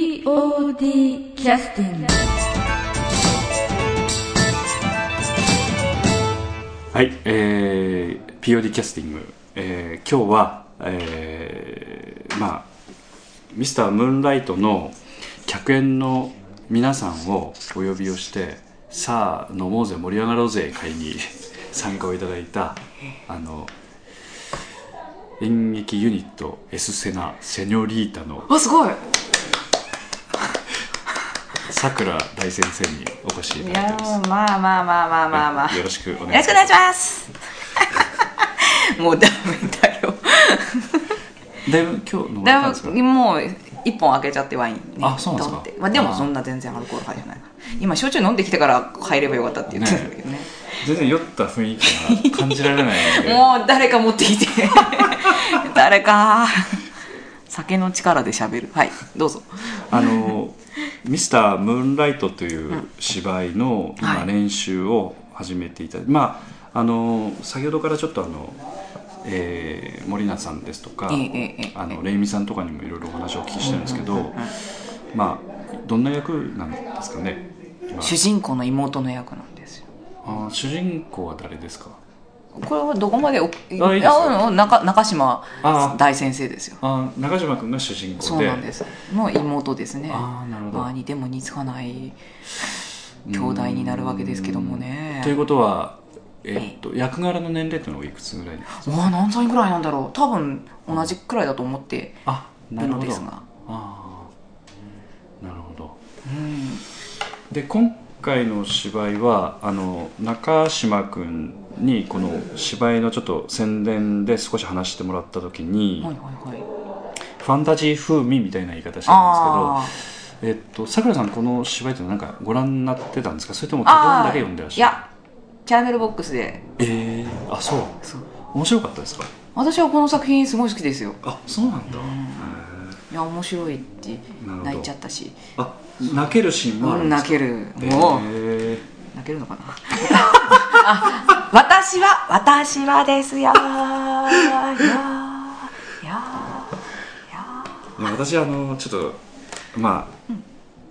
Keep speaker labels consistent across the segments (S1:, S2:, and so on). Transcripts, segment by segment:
S1: POD キャスティング
S2: はい、えー、POD キャスティング、えー、今日は、えー、まあ、ミスタームーンライトの客演の皆さんをお呼びをして、さあ、飲もうぜ、盛り上がろうぜ、会に参加をいただいた、あの、演劇ユニット、エスセナ、セニョリータの
S3: あすごい
S2: さくら大先生にお越しい
S3: い
S2: ただいて
S3: や
S2: ます。
S3: ーまあまあまあまあまあまあ、
S2: はいよろ
S3: し
S2: しくお
S3: くお
S2: 願いしま
S3: 願いします もうダメだよ
S2: す。だいぶ今日飲まれた
S3: だ
S2: んですか
S3: いぶもう一本開けちゃってワイン、ね、
S2: あそうなんですか
S3: ドンってまあ、でもそんな全然アルコール入らない今焼酎飲んできてから入ればよかったって言ってるんだけどね
S2: 全然酔った雰囲気が感じられないので。
S3: もう誰か持って きて誰か酒の力で喋るはいどうぞ
S2: あの「ミスタームーンライト」という芝居の
S3: は
S2: 今
S3: い
S2: 練習を始めていた、まああの先ほどからちょっとあの、えー、森菜さんですとか、
S3: ええええええ
S2: あのレイミさんとかにもいろいろお話をお聞きしてるんですけど、まあどんな役なんですかね今
S3: 主人公の妹の役なんですよ
S2: あー主人公は誰ですか
S3: これはどこまでお
S2: あいいですよ
S3: あうん中中島
S2: あ
S3: 大先生ですよ
S2: あー中島君が主人公で
S3: そうなんですの妹ですね
S2: あーなるほど
S3: まあにでも似つかない兄弟になるわけですけどもね
S2: ということは、えっと役柄の年齢というのはいくつぐらいですか
S3: うわ何歳ぐらいなんだろう多分同じくらいだと思って
S2: あな
S3: る
S2: るほ
S3: の
S2: ど
S3: ですが
S2: ああなるほど
S3: うん
S2: で今回の芝居はあの中島君にこの芝居のちょっと宣伝で少し話してもらった時に、
S3: はいはいはい
S2: ファンタジー風味みたいな言い方してたん
S3: あ
S2: です
S3: ー
S2: けどえっとさくらさんこの芝居ってなんかご覧になってたんですかそれとも脚
S3: あ
S2: 本
S3: ー
S2: だけ読んでらっ
S3: い
S2: しゃ
S3: やキャラメルボックスで
S2: るえー、あそう
S3: そう
S2: 面白かったですか
S3: 私はこの作品すごい好きですよ
S2: あそうなんだ、へ
S3: いや面白いって
S2: なるほど
S3: 泣いちゃったし、
S2: ーあ泣けるシーンもあ
S3: う
S2: る
S3: ん、
S2: んです
S3: 泣
S2: か
S3: ける
S2: え
S3: もう
S2: ー
S3: 泣けるのかな あ私は私はですよいやーいや
S2: でも私あのちょっとまあ、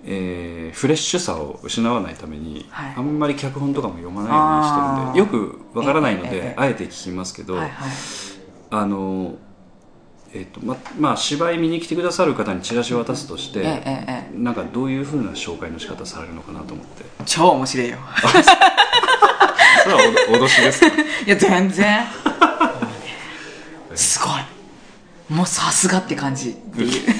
S2: えーフレッシュさを失わないために、
S3: はい
S2: あんまり脚本とかも読まないようにしてるんでよくわからないので、
S3: ええええ
S2: あえて聞きますけ
S3: ー
S2: ど、
S3: はいはい
S2: あのえっとままあ芝居見に来てくださる方にチラシを渡すとして、
S3: えええええ
S2: なんかどういうふうな紹介の仕方されるのかなと思って
S3: え超面白いよ
S2: それはお脅しです か
S3: いや全然すごいもうさすがって感じっていう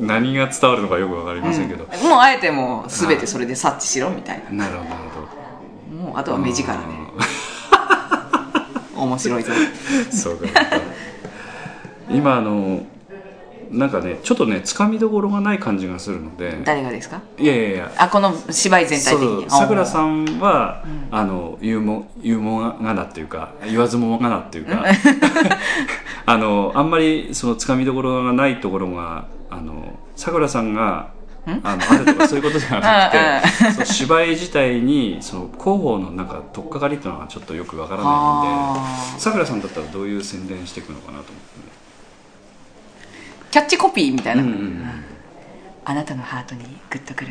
S2: 何が伝わるのかよくわかりませんけど、
S3: もうあえてもう全てそれで察知しろみたいな
S2: なるほどなるほど
S3: もうあとは目力ね面白いぞ
S2: そうか今あのなんかねちょっとねつかみどころがない感じがするので
S3: 誰がですか
S2: いやいやいや
S3: あこの芝居全体的
S2: そう
S3: に
S2: さくらさ
S3: ん
S2: んは、あの言うも言うもがなっていうか言わずもがなっていうか あのあんまりそのつかみどころがないところがあのさくらさんがあのあるとかそういうことじ ゃなくてその芝居自体にその広報のなんか取っかかりっていうのはちょっとよくわからないん
S3: あ
S2: でさくらさんだったらどういう宣伝していくのかなと思ってね。
S3: キャッチコピーみたいな、
S2: うんうんうん
S3: あなたのハートにグッとくる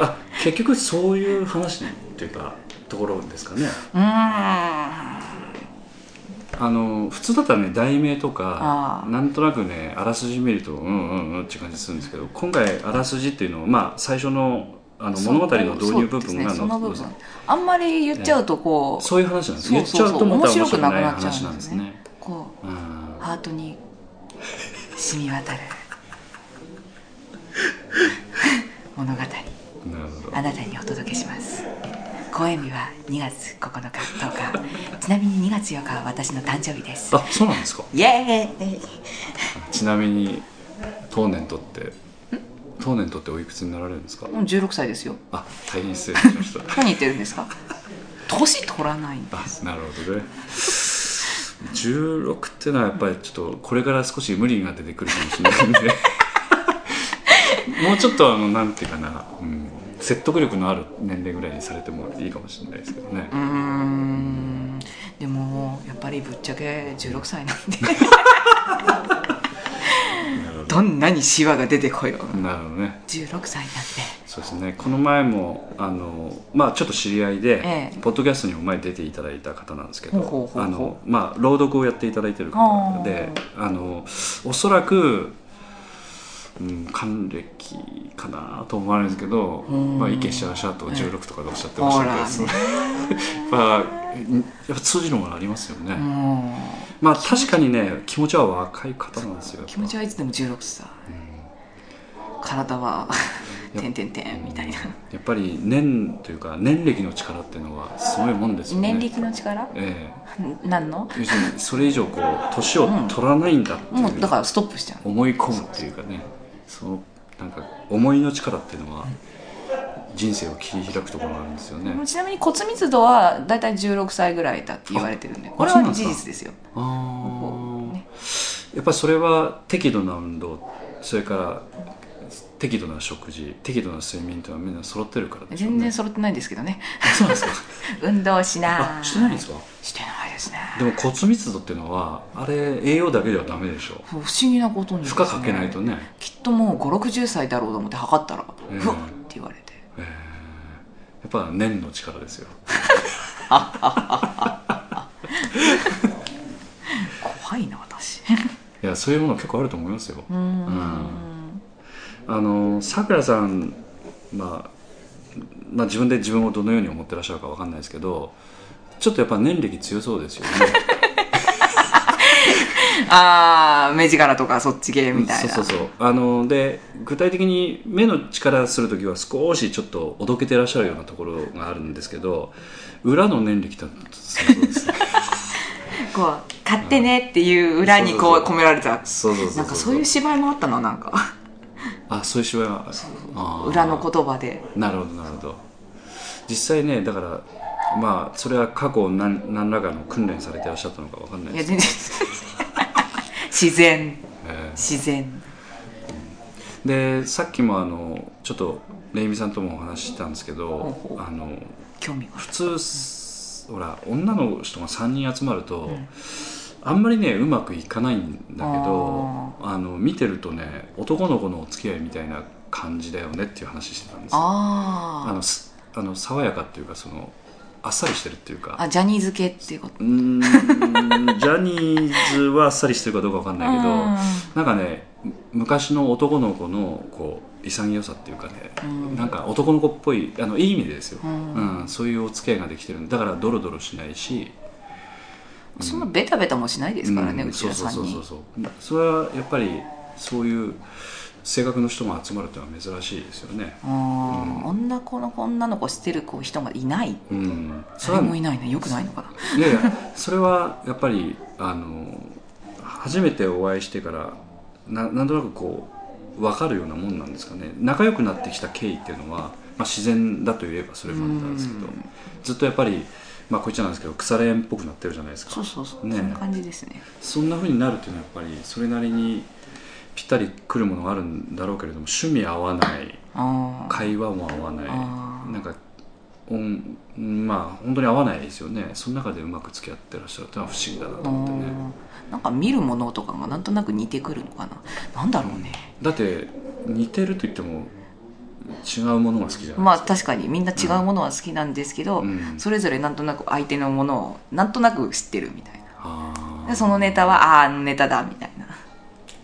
S2: あ結局そういう話っていうかところですかね
S3: うーんあ
S2: あの普通だったらね題名とか
S3: あー
S2: なんとなくねあらすじ見るとうんうんうんって感じするんですけど今回あらすじっていうのはまあ最初のあの物語の導入部分が
S3: その
S2: の
S3: 部分あんまり言っちゃうとこう、
S2: そういう話なんです
S3: そ
S2: 言っ
S3: う
S2: ちゃ
S3: そう
S2: う
S3: そう
S2: とまた面白くない
S3: 面白くなくなっちゃうんです
S2: 話なんですね
S3: こ
S2: うん
S3: うハートに染み渡る物語
S2: なるほど
S3: あなたにお届けします公演日は2月9日10日ちなみに2月8日は私の誕生日です
S2: あそうなんですか
S3: イエーイ
S2: ちなみに当年とって当年とっておいくつになられるんですか
S3: もう16歳ですよ
S2: あ大変失礼しました
S3: 何言ってるんですか年取らないんだ
S2: あなるほどね16ってのはやっぱりちょっとこれから少し無理が出てくるかもしれないんでもうちょっとあのなんていうかな、うん、説得力のある年齢ぐらいにされてもいいかもしれないですけどね
S3: うーんでもやっぱりぶっちゃけ16歳なんで
S2: なるほどど
S3: どんなにシワが出てこようが
S2: なるほどね
S4: 16歳になって
S2: そうですねこの前もあの、まあ、ちょっと知り合いで、
S4: ええ
S2: ポッドキャストにも前出ていただいた方なんですけど
S3: ほうほうほうほう
S2: あのまあ、朗読をやっていただいてる方であのおそらく、うん、還暦かなと思われるんですけど、まあ、池シャーシャーと16とかでおっしゃってましたけど、
S3: ほら
S2: そのやっぱやっぱ通じるものありますよね、
S3: も
S2: まあ確かにね気持ちは若い方なんですよ
S3: う気持ち
S2: は
S3: はいつでも16歳体はてんてんてんみたいな
S2: やっぱり年というか年歴の力っていうのはすごいもんですよね
S4: 年力の力
S2: え
S4: 何の
S2: え要するにそれ以上こう年を取らないんだってい
S3: もうだ
S2: う
S3: からストップしちゃう
S2: 思い込むっていうかねそのなんか思いの力っていうのは人生を切り開くところがあるんですよね
S3: ちなみに骨密度はだいたい16歳ぐらいだって言われてるんでこれは事実ですよ
S2: ああ、
S3: ね
S2: やっぱりそれは適度な運動それから適度な食事適度な睡眠というのはみんな揃ってるからでしょう
S3: 全
S2: ね
S3: 然揃ってないんですけどね
S2: そうなんで すか
S4: 運動しな
S2: あしてないんですか
S3: してないですね
S2: でも骨密度っていうのはあれ栄養だけではダメでしょ
S3: 不思議なことにです
S2: 負
S3: ね
S2: 荷かけないとね
S3: きっともう560歳だろうと思って測ったら
S2: ええ
S3: ふわっって言われて
S2: やっぱ年の力ですよ
S3: 怖いな私
S2: いやそういうもの結構あると思いますよ
S3: うーん
S2: あのさくらさん、まあ、まあ自分で自分をどのように思ってらっしゃるかわかんないですけどちょっとやっぱ年力強そうですよね
S3: ああ目力とかそっち系 みたいな
S2: そうそうそうあので具体的に目の力する時は少しちょっとおどけてらっしゃるようなところがあるんですけど裏の年力ってそうですね
S3: こう買ってねっていう裏にこ
S2: そうそ
S3: う
S2: うそう
S3: 込められた
S2: そうそうそう
S3: なんかそういう芝居もあったななんか
S2: あそういう芝居はあー
S3: 裏の言葉で
S2: なるほどなるほど実際ねだからまあそれは過去何何らかの訓練されてらっしゃったのかわかんない
S3: い
S2: で
S3: や
S2: すけ
S3: 全然 自然
S2: ど、え
S3: 自然
S2: えでさっきもあのちょっとレイミさんともお話ししたんですけど
S3: ほうほう
S2: あの
S3: 興味がある
S2: 普通すほら女の人が3人集まると、あんまりねうまくいかないんだけどあの見てるとね男の子のお付き合いみたいな感じだよねっていう話してたんですよあ
S3: あ
S2: のすあの爽やかっていうかそのあっさりしてるっていうか
S3: ああジャニーズ系っていうこと
S2: うーんジャニーズはあっさりしてるかどうかわかんないけど、
S3: うん
S2: なんかねむ昔の男の子のこう潔さっていうかね、
S3: うん
S2: なんか男の子っぽいあのいい意味でですよ、
S3: うん
S2: うんそういうお付き合いができてるんでだからドロドロしないし
S3: そんなベタベタもしないですからね、
S2: う
S3: うんちらさんに
S2: そうそうそうそうそれはやっぱりそういう性格の人が集まるっていうのは珍しいですよね
S3: あ
S2: うん
S3: ー女子の女の子してる子人がいない
S2: うんそれ
S3: 誰
S2: は
S3: もいないなよくないのかない
S2: やいやそれはやっぱりあの初めてお会いしてからななんとなくこう分かるようなもんなんですかね仲良くなってきた経緯っていうのは、まあ、自然だといえばそれまでなんですけど
S3: うん
S2: ずっとやっぱり、まあ、こいつなんですけど腐れ縁っぽくなってるじゃないですか
S3: そうそうそう、
S2: ね
S3: そんな感じですね
S2: そんなふうになるっていうのはやっぱりそれなりにぴったりくるものがあるんだろうけれども趣味合わない
S3: ああ
S2: 会話も合わない
S3: あー
S2: なんかうんまあ本当に合わないですよねその中でうまく付き合ってらっしゃるっていうのは不思議だなと思ってね。
S3: なんか見るものとかがなんとなく似てくるのかななんだろうね、
S2: だって似てると言っても違うものが好きじゃない
S3: まあ確かにみんな違うものは好きなんですけど、
S2: うん
S3: それぞれなんとなく相手のものをなんとなく知ってるみたい
S2: あ
S3: な
S2: ー
S3: でそのネタはあーあのネタだみたいな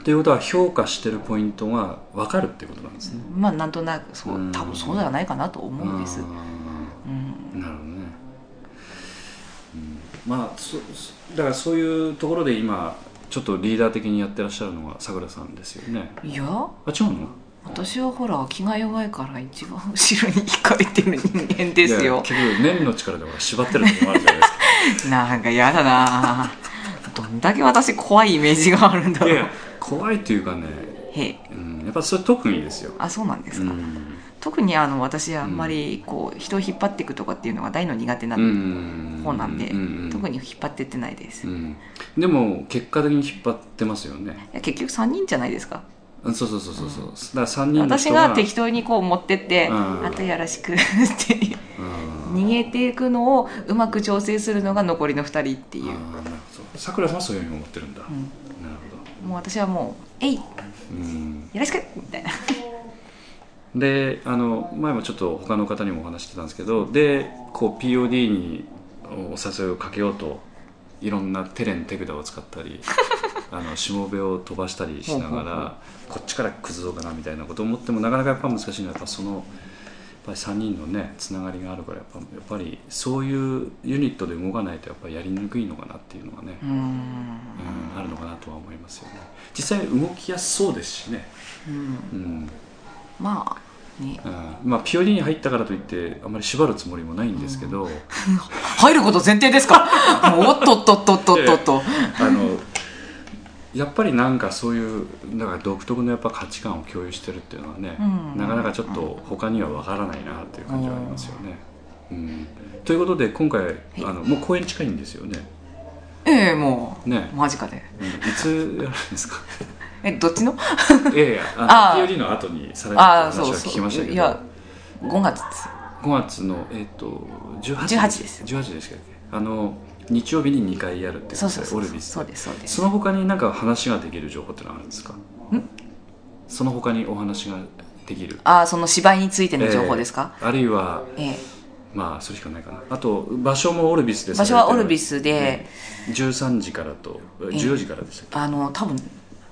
S2: ということは評価してるポイントが分かるってことなんですね
S3: まあなんとなくそう
S2: うん
S3: 多分そうではないかなと思うんです、うん
S2: あーなるほどね、うん、まあそそだからそういうところで今ちょっとリーダー的にやってらっしゃるのがさくらさんですよね
S3: いや
S2: あ違うの
S3: 私はほら気が弱いから一番後ろに控えてる人間です
S2: いや
S3: よ
S2: 結局年の力では縛ってるとこもあるじゃないですか
S3: なんか嫌だなどんだけ私怖いイメージがあるんだ
S2: い
S3: ろ
S2: や
S3: う
S2: いや怖いというかね、
S3: へえ
S2: うん、やっぱそれ特にですよ、
S3: あそうなんで
S2: う
S3: すか、
S2: ん
S3: 特にあの私あんまりこう人を引っ張っていくとかっていうのが大の苦手な方なんで、
S2: うう
S3: 特に引っ張ってってないです、
S2: う
S3: い
S2: ん、でも結果的に引っ張ってますよね
S3: や結局3人じゃないですか
S2: あそうそうそうそうそう、だから3人の
S3: 私
S2: 人が
S3: が適当にこう持ってって、
S2: うん
S3: あとよろしくって逃げていくのをうまく調整するのが残りの2人っていう、
S2: あーなるほどさくらさんはそういうふうに思ってるんだ、
S3: ん
S2: なるほど
S3: もう私はもう「えい!」
S2: うん
S3: よろしくみたいな
S2: であの前もちょっと他の方にもお話してたんですけどでこう POD にお誘いをかけようといろんな手練手札を使った りあのしもべを飛ばしたりしなが
S3: ほうほうほ
S2: らこっちから崩そうかなみたいなことを思ってもなかなかやっぱ難しいのはやっぱそのやっぱり3人のねつながりがあるからやっぱやっぱりそういうユニットで動かないとやっぱりやりにくいのかなっていうのがね、
S3: うーん
S2: うんあるのかなとは思いますよね実際動きやすそうですしね、
S3: うん
S2: うん、
S3: まあね
S2: うんまあ、ピオリに入ったからといってあんまり縛るつもりもないんですけど、
S3: 入ること前提ですか もうおっとっとっとっとっとっと
S2: あのやっぱりなんかそういうだから独特のやっぱ価値観を共有してるっていうのはね、
S3: うん
S2: なかなかちょっと他にはわからないなっていう感じはありますよね。うん、ということで今回あのもう公演近いんですよね。
S3: ええもう
S2: ね
S3: 間近で
S2: うんいつやるん ですか
S3: えどっちの
S2: いやいや
S3: あ
S2: あ
S3: あ
S2: の POD の後にさらに
S3: ああ
S2: 話
S3: そ
S2: は
S3: う
S2: 聞
S3: そ
S2: き
S3: う
S2: ましたけ
S3: い
S2: ど
S3: や5月です
S2: 5月の、えっと18
S3: 18です
S2: 18でしたっけあの日曜日に2回やるって
S3: そうそうそ
S2: オ
S3: う
S2: ルビス
S3: そうですそうです
S2: その他になんか話ができる情報ってのはあるんですかその他にお話ができる
S3: ああその芝居についての情報ですか、、
S2: えーあるいは
S3: ええ
S2: まあそれしかないかなあと場所もオルビスです
S3: 場所はオルビスで、
S2: 13時からと14時からでしたっけ、
S3: あの多分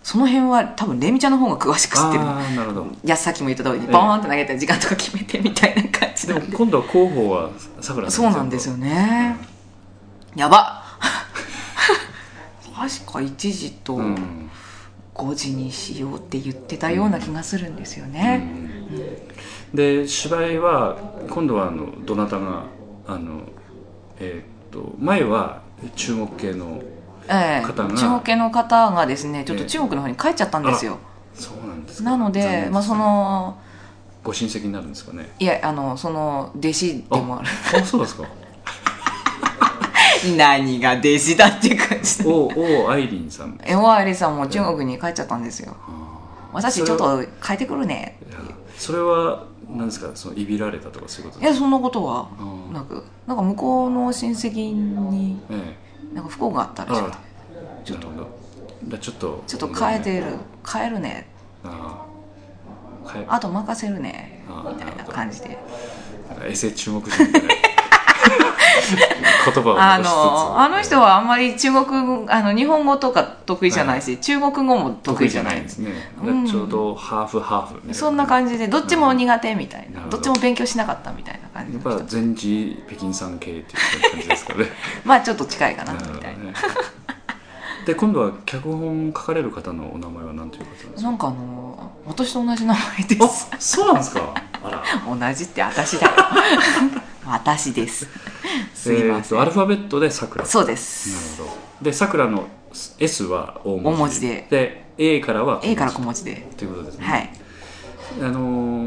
S3: その辺は多分レミちゃんの方が詳しく知ってるの
S2: ああなるほど
S3: いやさっきも言った通りにボーンって投げて時間とか決めてみたいな感じ
S2: で
S3: で
S2: も今度は広報はさくら
S3: そうなんですよねやば 確か1時と
S2: うん
S3: 5時にしようって言ってたような気がするんですよね、
S2: で芝居は今度はあのどなたがあのえーっと前は中国系の
S3: ええ
S2: 方が
S3: 中国系の方がですねちょっと
S2: ええ
S3: 中国の方に帰っちゃったんですよ、
S2: そうなんですか
S3: なので
S2: 残念すね
S3: まあその
S2: ご親戚になるんですかね
S3: いやあのその弟子でもある
S2: あそうですか
S3: 何が弟子だっていう感 じ
S2: おおアイリンさん
S3: エモアイリさんも中国に帰っちゃったんですよ
S2: あ
S3: 私ちょっと帰ってくるね
S2: ーいやそれは何ですかそのいびられたとかそういうこと
S3: い
S2: です
S3: や
S2: か
S3: そんなことは
S2: うん
S3: なくなんか向こうの親戚に
S2: え
S3: なんか不幸があった
S2: え
S3: らしくて
S2: あらちょっとじゃあちょっと
S3: ちょっと変えてる
S2: あ
S3: 変えるね
S2: あ変え
S3: あと任せるね
S2: あー
S3: みたいな感じで
S2: なんかエセ中国人みたいな言葉を
S3: あ
S2: 残しつつ
S3: のあの人はあんまり中国あの日本語とか得意じゃないし中国語も得意じゃないんです
S2: ね、
S3: うん
S2: ちょうどハーフハーフみたい
S3: そんな感じでどっちも苦手みたい
S2: なる
S3: な
S2: ほど
S3: どっちも勉強しなかったみたいな感じ
S2: やっ
S3: の
S2: ぱ
S3: 人
S2: 全治北京さん系っていう感じですかね
S3: まあちょっと近い かな
S2: なるほ
S3: み
S2: ど
S3: たいな
S2: ねで今度は脚本書かれる方のお名前は何ということなんです
S3: な
S2: か
S3: んかあの私と同じ名前です
S2: あそうなんですかあら
S3: 同じって私だよ 私ですすい
S2: え
S3: ま
S2: ー
S3: せん、
S2: とアルファベットでさくらなる
S3: そうです
S2: ほどでさくらの S は大文字
S3: 大文字で
S2: A からは
S3: A から小文字で
S2: ということですね、
S3: はい
S2: あの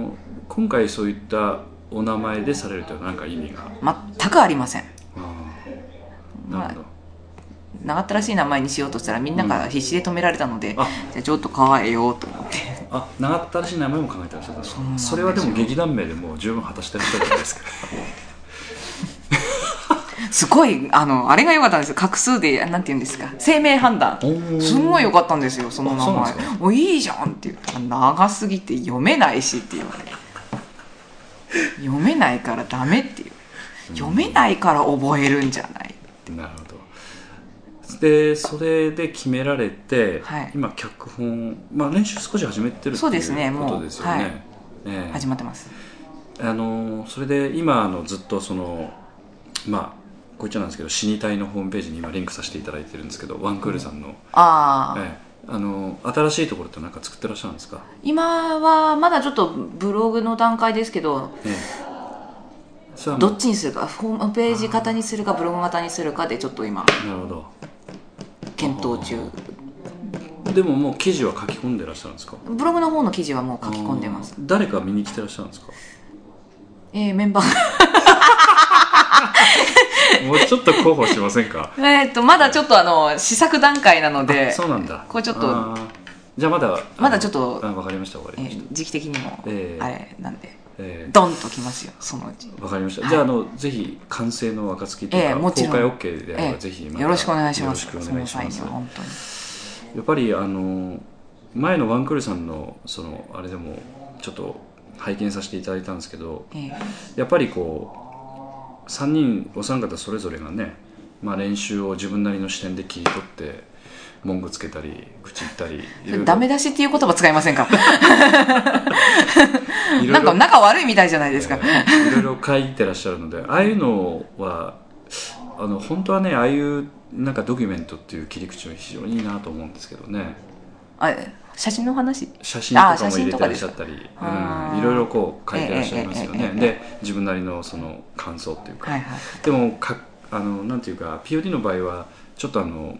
S2: ー今回そういったお名前でされるというのは何か意味が
S3: 全くありません
S2: あーなるほど、
S3: 長ったらしい名前にしようとしたらみんなが必死で止められたので、
S2: あ
S3: じゃあちょっと考えようと思って
S2: あ長ったらしい名前も考えてらっしゃったんですか
S3: うなんですよ
S2: それはでも劇団名でもう十分果たしてらっしゃるじゃないですか
S3: すごいあのあれが良かったんですよ画数でなんて言うんですか生命判断
S2: おー
S3: すんごい良かったんですよその名
S2: あ
S3: 前
S2: そうなんです
S3: もういいじゃんって言ったら長すぎて読めないしって言われて読めないからダメっていう読めないから覚えるんじゃない
S2: なるほどでそれで決められて、
S3: はい
S2: 今脚本、まあ、練習少し始めてるって
S3: そうです
S2: い
S3: ね
S2: うこ
S3: も
S2: と
S3: う
S2: ですよね
S3: はい
S2: ね
S3: 始まってます
S2: あのーそれで今あのずっとそのまあこいつなんですけど死に体のホームページに今リンクさせていただいてるんですけどワンクールさんの、
S3: ああ、
S2: ええあのー新しいところって何か作ってらっしゃるんですか、
S3: 今はまだちょっとブログの段階ですけど
S2: ええそれはも
S3: ど
S2: う
S3: っちにするかホームページ型にするかブログ型にするかでちょっと今
S2: なるほど
S3: 検討中
S2: でももう記事は書き込んでらっしゃるんですか
S3: ブログの方の記事はもう書き込んでます
S2: あー誰か見に来てらっしゃるんですか
S3: えー、メンバー
S2: もうちょっと候補しませんか
S3: えーっとまだちょっとあの試作段階なので
S2: そうなんだ
S3: これちょっと
S2: あーじゃあまだ
S3: まだちょっと
S2: あわかりましたわか
S3: え
S2: りました、
S3: ー時期的にも
S2: ええ
S3: あれなんで、
S2: え
S3: ドンときますよそのうち
S2: ーわかりました。じゃあ、あの、ぜひ、完成の暁というか、
S3: ええもち
S2: 公
S3: ろん
S2: 開 OK であれば、
S3: え
S2: ぜひ、
S3: えよろしくお願いします
S2: よろしくお
S3: そ
S2: 願
S3: の
S2: いし
S3: 際
S2: ま
S3: に
S2: す
S3: は。本当に
S2: やっぱりあの前のワンクールさんのそのあれでもちょっと拝見させていただいたんですけど
S3: ええ
S2: やっぱりこう3人お三方それぞれがね、まあ、練習を自分なりの視点で切り取って文句つけたり口言ったりいろいろ
S3: ダメ出しっていう言葉使いませんか
S2: いろ
S3: ないんか
S2: ろ
S3: 仲悪いみたいじゃないですか、
S2: いろいろ書いてらっしゃるのでああいうのはあの本当はねああいうなんかドキュメントっていう切り口は非常にいいなと思うんですけどね
S3: あ写真の話
S2: 写真とか
S3: あ
S2: も
S3: 写
S2: 入
S3: 真
S2: れ
S3: と
S2: てら
S3: か
S2: っ
S3: で
S2: し
S3: す
S2: ゃ
S3: か
S2: ったり、
S3: あ
S2: うん、い
S3: ー
S2: ろいろこう書いてらっしゃいますよ
S3: えええ
S2: ね
S3: えええ
S2: で自分なりのその感想っていうか、
S3: はいはい
S2: でもかあのなんていうか POD の場合はちょっとあの、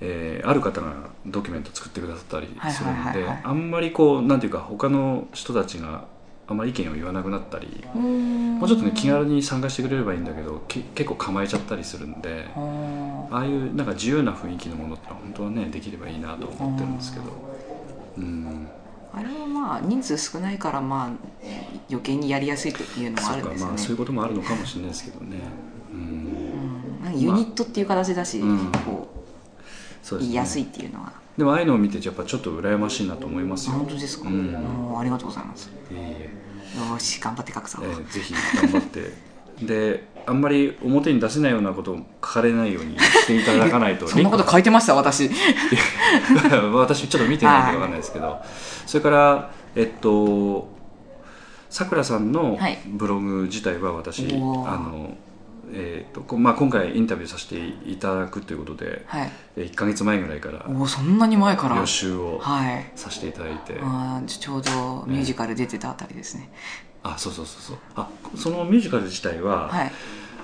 S2: えーある方がドキュメント作ってくださったりするの
S3: はいはい
S2: で
S3: はいはい
S2: あんまりこうなんていうか他の人たちがあんまり意見を言わなくなったりも
S3: も
S2: うちょっとね気軽に参加してくれればいいんだけどけ結構構えちゃったりするんでああいうなんか自由な雰囲気のものってのは本当はねできればいいなと思ってるんですけどうん
S3: あれはまあ人数少ないからまあ余計にやりやすいというのも
S2: そ
S3: あ
S2: っ
S3: るん
S2: か
S3: ですよ
S2: まあそうい
S3: ね
S2: うこともあるのかもしれないですけどねうん
S3: うんなんかユニットっていう形だし、
S2: うん
S3: こ
S2: そううで
S3: 言
S2: す
S3: い
S2: ね
S3: やすいっていうのは、
S2: でもああいうのを見てやっぱちょっと羨ましいなと思います
S3: あ
S2: よ
S3: 本当ですか、
S2: うん
S3: もうありがとうございますよ
S2: いえいえ
S3: ーし頑張って賀来さん、
S2: えーぜひ頑張って であんまり表に出せないようなことを書かれないようにしていただかないと
S3: そんなこと書いてました私
S2: 私ちょっと見てないんでわかんないですけど、それからえっとさくらさんの
S3: はい
S2: ブログ自体は私、
S3: おー
S2: あのえっとこまあ、今回インタビューさせていただくということで
S3: はい
S2: 1か月前ぐらいから
S3: おーそんなに前から
S2: 予習を
S3: はい
S2: させていただいて、
S3: あーちょうどミュージカル出てたあたりですね、
S2: あそうそうそうそうあそのミュージカル自体は、
S3: はい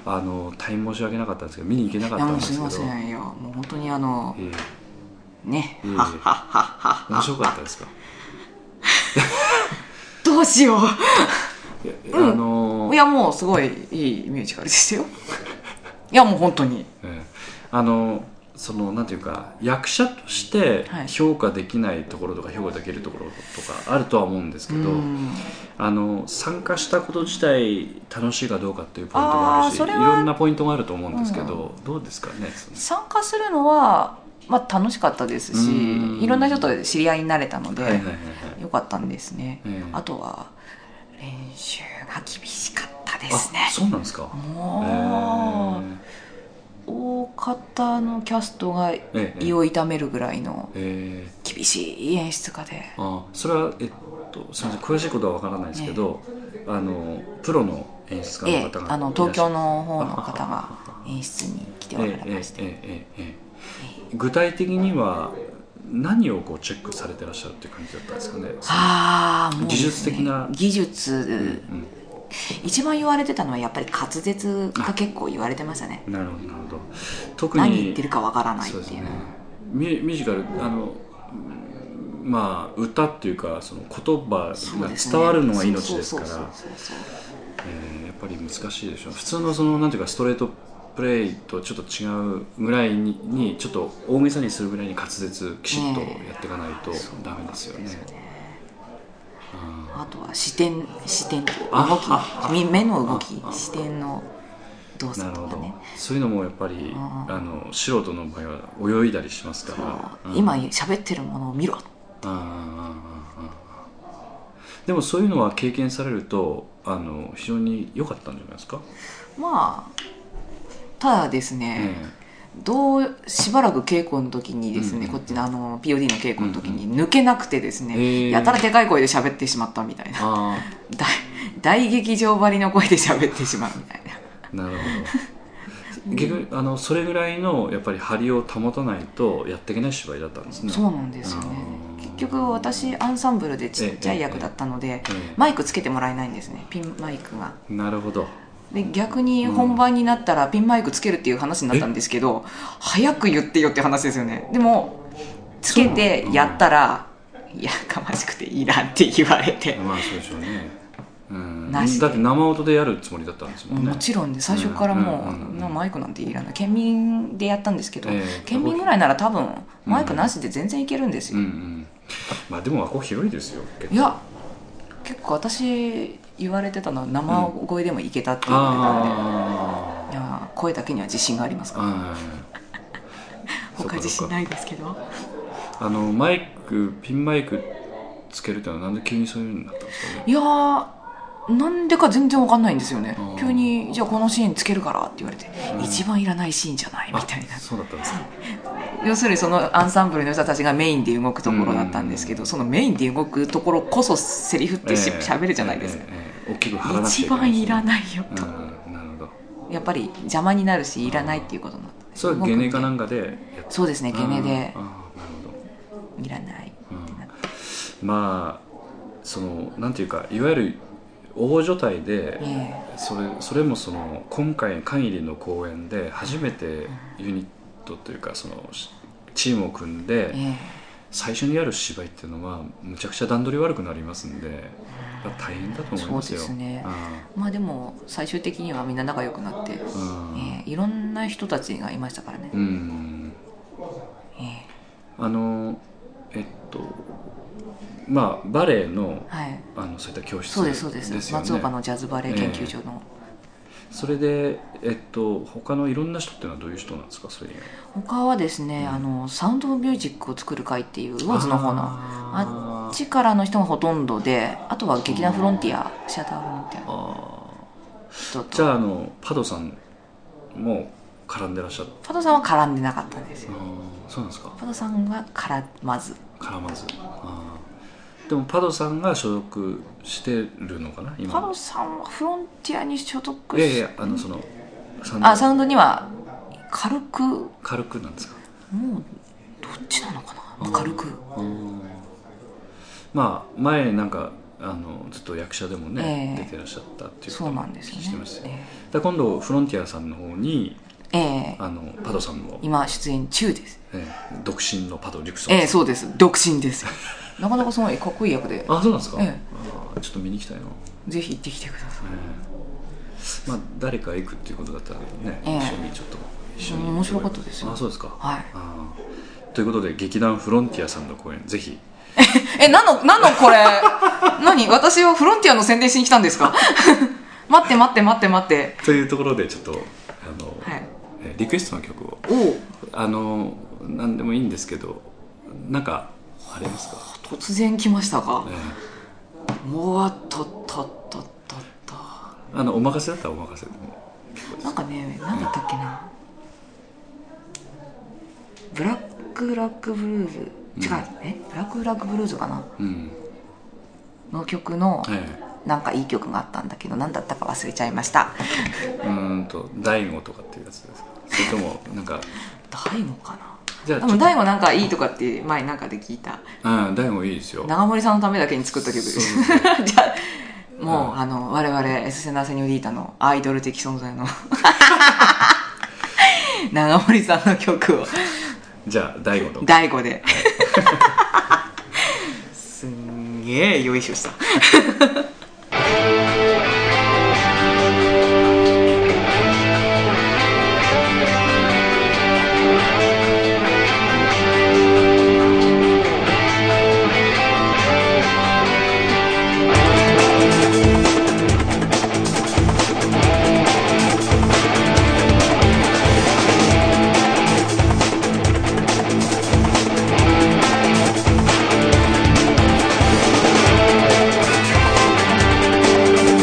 S2: あの大変申し訳なかったんですけど見に行けなかっ
S3: いや
S2: たん
S3: もう
S2: です
S3: す
S2: け
S3: い
S2: ど
S3: ませんよもう本当にあの
S2: えー
S3: ね
S2: えー面白かったですか
S3: どうしよ
S2: いや
S3: うん
S2: あの
S3: ういやもうすごいいいミュージカルでしたよ いやもう本当に
S2: ええあのそのなんていうか役者として
S3: はい
S2: 評価できないところとか評価できるところとかあるとは思うんですけど、
S3: うん
S2: あの参加したこと自体楽しいかどうかっていうポイントもある
S3: あー
S2: しい
S3: それは
S2: ろんなポイントがあると思うんですけど、どうですかねその
S3: 参加するのは、まあ、楽しかったです
S2: うん
S3: しいろんな人と知り合いになれたので、
S2: はいはいはいはい
S3: よかったんですね、
S2: ええ
S3: あとは練習が厳しかったですね
S2: あそうなんですか
S3: もう、大方のキャストが
S2: ええええ
S3: 胃を痛めるぐらいの
S2: ええ
S3: 厳しい演出家で
S2: あそれはえっとすみません詳しいことはわからないですけど、あのプロの演出
S3: え
S2: 家の
S3: え
S2: 方が
S3: あの東京の方の方が演出に来てお
S2: え
S3: ら
S2: え
S3: れまして、
S2: ええええええ具体的には何をこうチェックされてらっしゃるっていう感じだったんですかね。
S3: ああもうです
S2: 技
S3: ね
S2: 術的な
S3: 技術、
S2: うん
S3: 一番言われてたのはやっぱり滑舌が結構言われてましたね
S2: うん、なるほどなるほど。特に
S3: 何言ってるかわからないって
S2: そう
S3: いう
S2: ですね。ミュミュージカルあのうんまあ歌っていうかその言葉
S3: そう
S2: が
S3: ですね
S2: 伝わるのが命ですか
S3: そう
S2: ら。
S3: そうそうそう
S2: えーやっぱり難しいでしょ普通のそのなんていうかストレートプレイとちょっと違うぐらいににちょっと大げさにするぐらいに滑舌きちっと
S3: ええ
S2: やっていかないとダメですよね。
S3: あとは視点視点動
S2: あ
S3: きみ目の動き
S2: ああ
S3: 視点の動
S2: な
S3: 作
S2: る
S3: と
S2: ほ
S3: か
S2: ど
S3: ね
S2: そういうのもやっぱり
S3: うんうん
S2: あの素人の場合は泳いだりしますか
S3: そう
S2: ら、うん
S3: 今喋ってるものを見ろ
S2: あーあーあーあーでもそういうのは経験されるとあの非常に良かったんじゃないですか、
S3: まあただですね、
S2: え
S3: どうしばらく稽古の時にですね、
S2: うん
S3: こっちのあの POD の稽古の時に抜けなくてですね、
S2: へー
S3: やたらでかい声で喋ってしまったみたい
S2: え
S3: な
S2: あ
S3: 大大劇場張りの声で喋ってしまうみたいな
S2: あ なるほど逆にあのそれぐらいのやっぱり張りを保たないとやっていけない芝居だったんですね
S3: そう
S2: う、
S3: なんですよね
S2: あー
S3: 結局私アンサンブルでちっちゃい役だったので
S2: ええ
S3: マイクつけてもらえないんですねピンマイクが
S2: なるほど
S3: で逆に本番になったらピンマイクつけるっていう話になったんですけど早く言ってよって話ですよねでもつけてやったらやかましくていいなって言われて、
S2: まあそうでしょうね、うん、だ
S3: な
S2: っ
S3: して
S2: 生音でやるつもりだったんですもんね
S3: もちろんで最初からもう、
S2: うんうんうん
S3: なマイクなんていらない県民でやったんですけど、
S2: ええ
S3: 県民ぐらいなら多分マイクなしで全然いけるんです
S2: う
S3: よ、
S2: んうんまあでもあここ広いですよ結構
S3: いや結構私言われてたのは生声でもいけたって言われたんで、
S2: あ
S3: いや声だけには自信があります
S2: ー
S3: から
S2: あー
S3: 他自信
S2: い
S3: ないですけど
S2: あのマイクピンマイクつけるってのはなんで急にそういうのになったんですかね
S3: いやーなんでか全然わかんないんですよね
S2: あー
S3: 急に「じゃあこのシーンつけるから」って言われて、一番いらないシーンじゃないみたいな
S2: あそうだったんですか
S3: 要するにそのアンサンブルの人たちがメインで動くところだったんですけど、そのメインで動くところこそセリフってし
S2: ええ
S3: 喋、るじゃないですか、
S2: ええええ大きく張らなくちゃ
S3: 一番いら
S2: い
S3: ないよ
S2: けない
S3: と、
S2: ですね、うん、なるほど
S3: やっぱり邪魔になるしいらないっていうことになったんです
S2: それはゲネかな
S3: 動くん
S2: んかでやっ
S3: でそうですねゲ
S2: あー
S3: ネで
S2: あーなるほど
S3: いらないってなって
S2: まあそのなんていうかいわゆる大所帯で、
S3: え
S2: それそれもその今回限りの公演で初めてユニットというかそのしチームを組んで
S3: ええ
S2: 最初にやる芝居っていうのはむちゃくちゃ段取り悪くなりますんでやっぱ大変だと思いますよ。
S3: そうですね
S2: う
S3: まあでも最終的にはみんな仲良くなって、え
S2: んうん
S3: えいろんな人たちがいましたからね、
S2: うん
S3: え
S2: あのえっとまあバレエの
S3: えはい
S2: あのそういった教室
S3: そうですそうです
S2: ですよね
S3: 松岡のジャズバレエ研究所の、
S2: それでえっと他のいろんな人っていうのはどういう人なんですかそれ以
S3: 他はですね、
S2: うん
S3: あのサウンドミュージックを作る会っていうウォ
S2: 外
S3: ーズの方のあ
S2: あ
S3: っ
S2: ー
S3: ちからの人がほとんどであとは劇団フロンティア、シアターフロンティアの
S2: あ
S3: 人
S2: ーじ
S3: と
S2: ゃああのパドさんも絡んでらっしゃる
S3: パドさんは絡んでなかったんです
S2: あ
S3: よ
S2: ーそうなんですか
S3: パドさんは絡まず
S2: 絡まずあーでもパドさんが所属してるのかな今
S3: パドさんはフロンティアに所属
S2: い
S3: し
S2: やいやあのそのサウンド
S3: あサウンドには軽くも
S2: 軽くなんですか
S3: うどっちなのかな軽く、
S2: まあ前なんかあのずっと役者でもね、
S3: ええ
S2: 出てらっしゃったっていうこと
S3: そうなんです
S2: 聞いて
S3: よ
S2: ましたよ
S3: ね
S2: だから今度フロンティアさんの方に
S3: ええ
S2: あのパドさんも、
S3: 今出演中です
S2: ええ独身のパド・リクソン
S3: ええ
S2: さん
S3: そうです独身ですよ なかなかそのえかっこいい役で
S2: あそうなんですか、
S3: ええ
S2: あーちょっと見に行きたいな、
S3: ぜひ行ってきてください
S2: ええまあ誰か行くっていうことだったらね、
S3: ええ
S2: 一緒にちょっと一緒に
S3: 面白かったですよ
S2: あそうですか、
S3: はい
S2: あーということで劇団フロンティアさんの公演ぜひ
S3: え、なの、なのこれ。 何私はフロンティアの宣伝しに来たんですか 待って待って待って待って。
S2: というところでちょっとあの、
S3: はい。
S2: えリクエストの曲を
S3: おお
S2: あの何でもいいんですけどなんかありますか、
S3: 突然来ましたか
S2: え。
S3: うわっとっとっとっとっと。
S2: えあのお任せだったらお任せでも結構です
S3: なんかね、なんだったっけな。ブラックラックブルーズ。違う、えブラックラックブルーズかな
S2: うん
S3: の曲の、
S2: え
S3: なんかいい曲があったんだけど、なんだったか忘れちゃいました。
S2: えうーんと大悟とかっていうやつですかそれともなんか
S3: 大悟かな
S2: じゃあ
S3: で
S2: ちょ
S3: も
S2: っと
S3: 大悟なんかいいとかって前なんかで聞いた。
S2: うん大悟いいですよ
S3: 長森さんのためだけに作った曲で
S2: そ
S3: す
S2: うそう
S3: じゃあもう、
S2: うん
S3: あの我々エスセナーセニョリータのアイドル的存在の長森さんの曲を
S2: じゃあ大悟と
S3: 大悟で すんげえよいしょした
S5: 「君の声が聞こえる」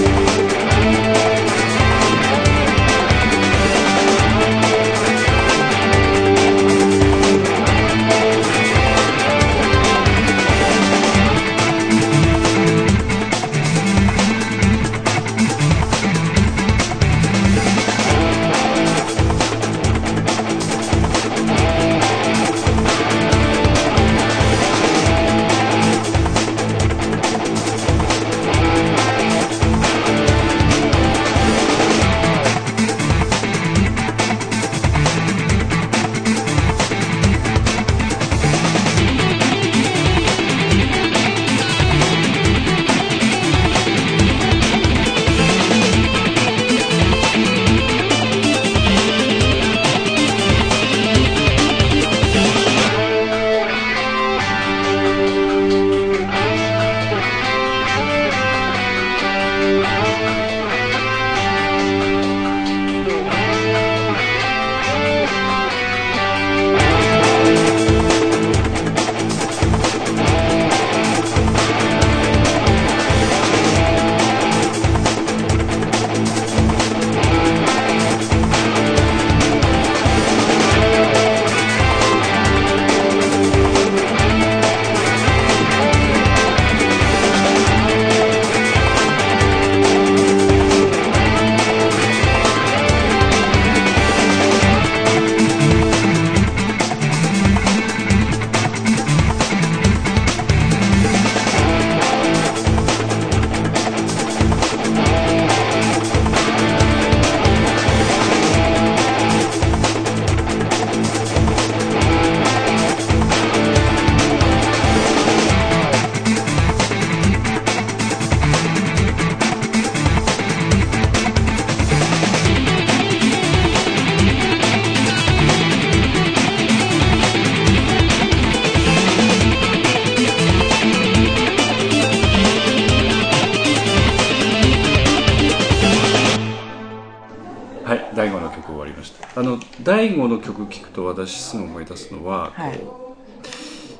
S2: の大悟の曲聴くと私すぐ思い出すのは、
S3: はい
S2: こう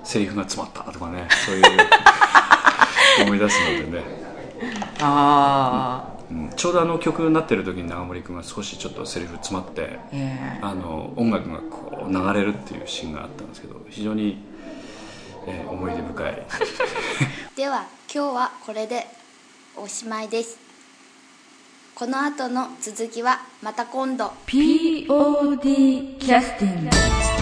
S2: セリフが詰まったとかねそういう思い出すのでね、
S3: ああ、
S2: うんちょうどあの曲になってる時に長森君が少しちょっとセリフ詰まって
S3: ええ
S2: あの音楽がこう流れるっていうシーンがあったんですけど非常に、えー思い出深い
S5: では今日はこれでおしまいですこの後の続きはまた今度
S1: POD キャスティング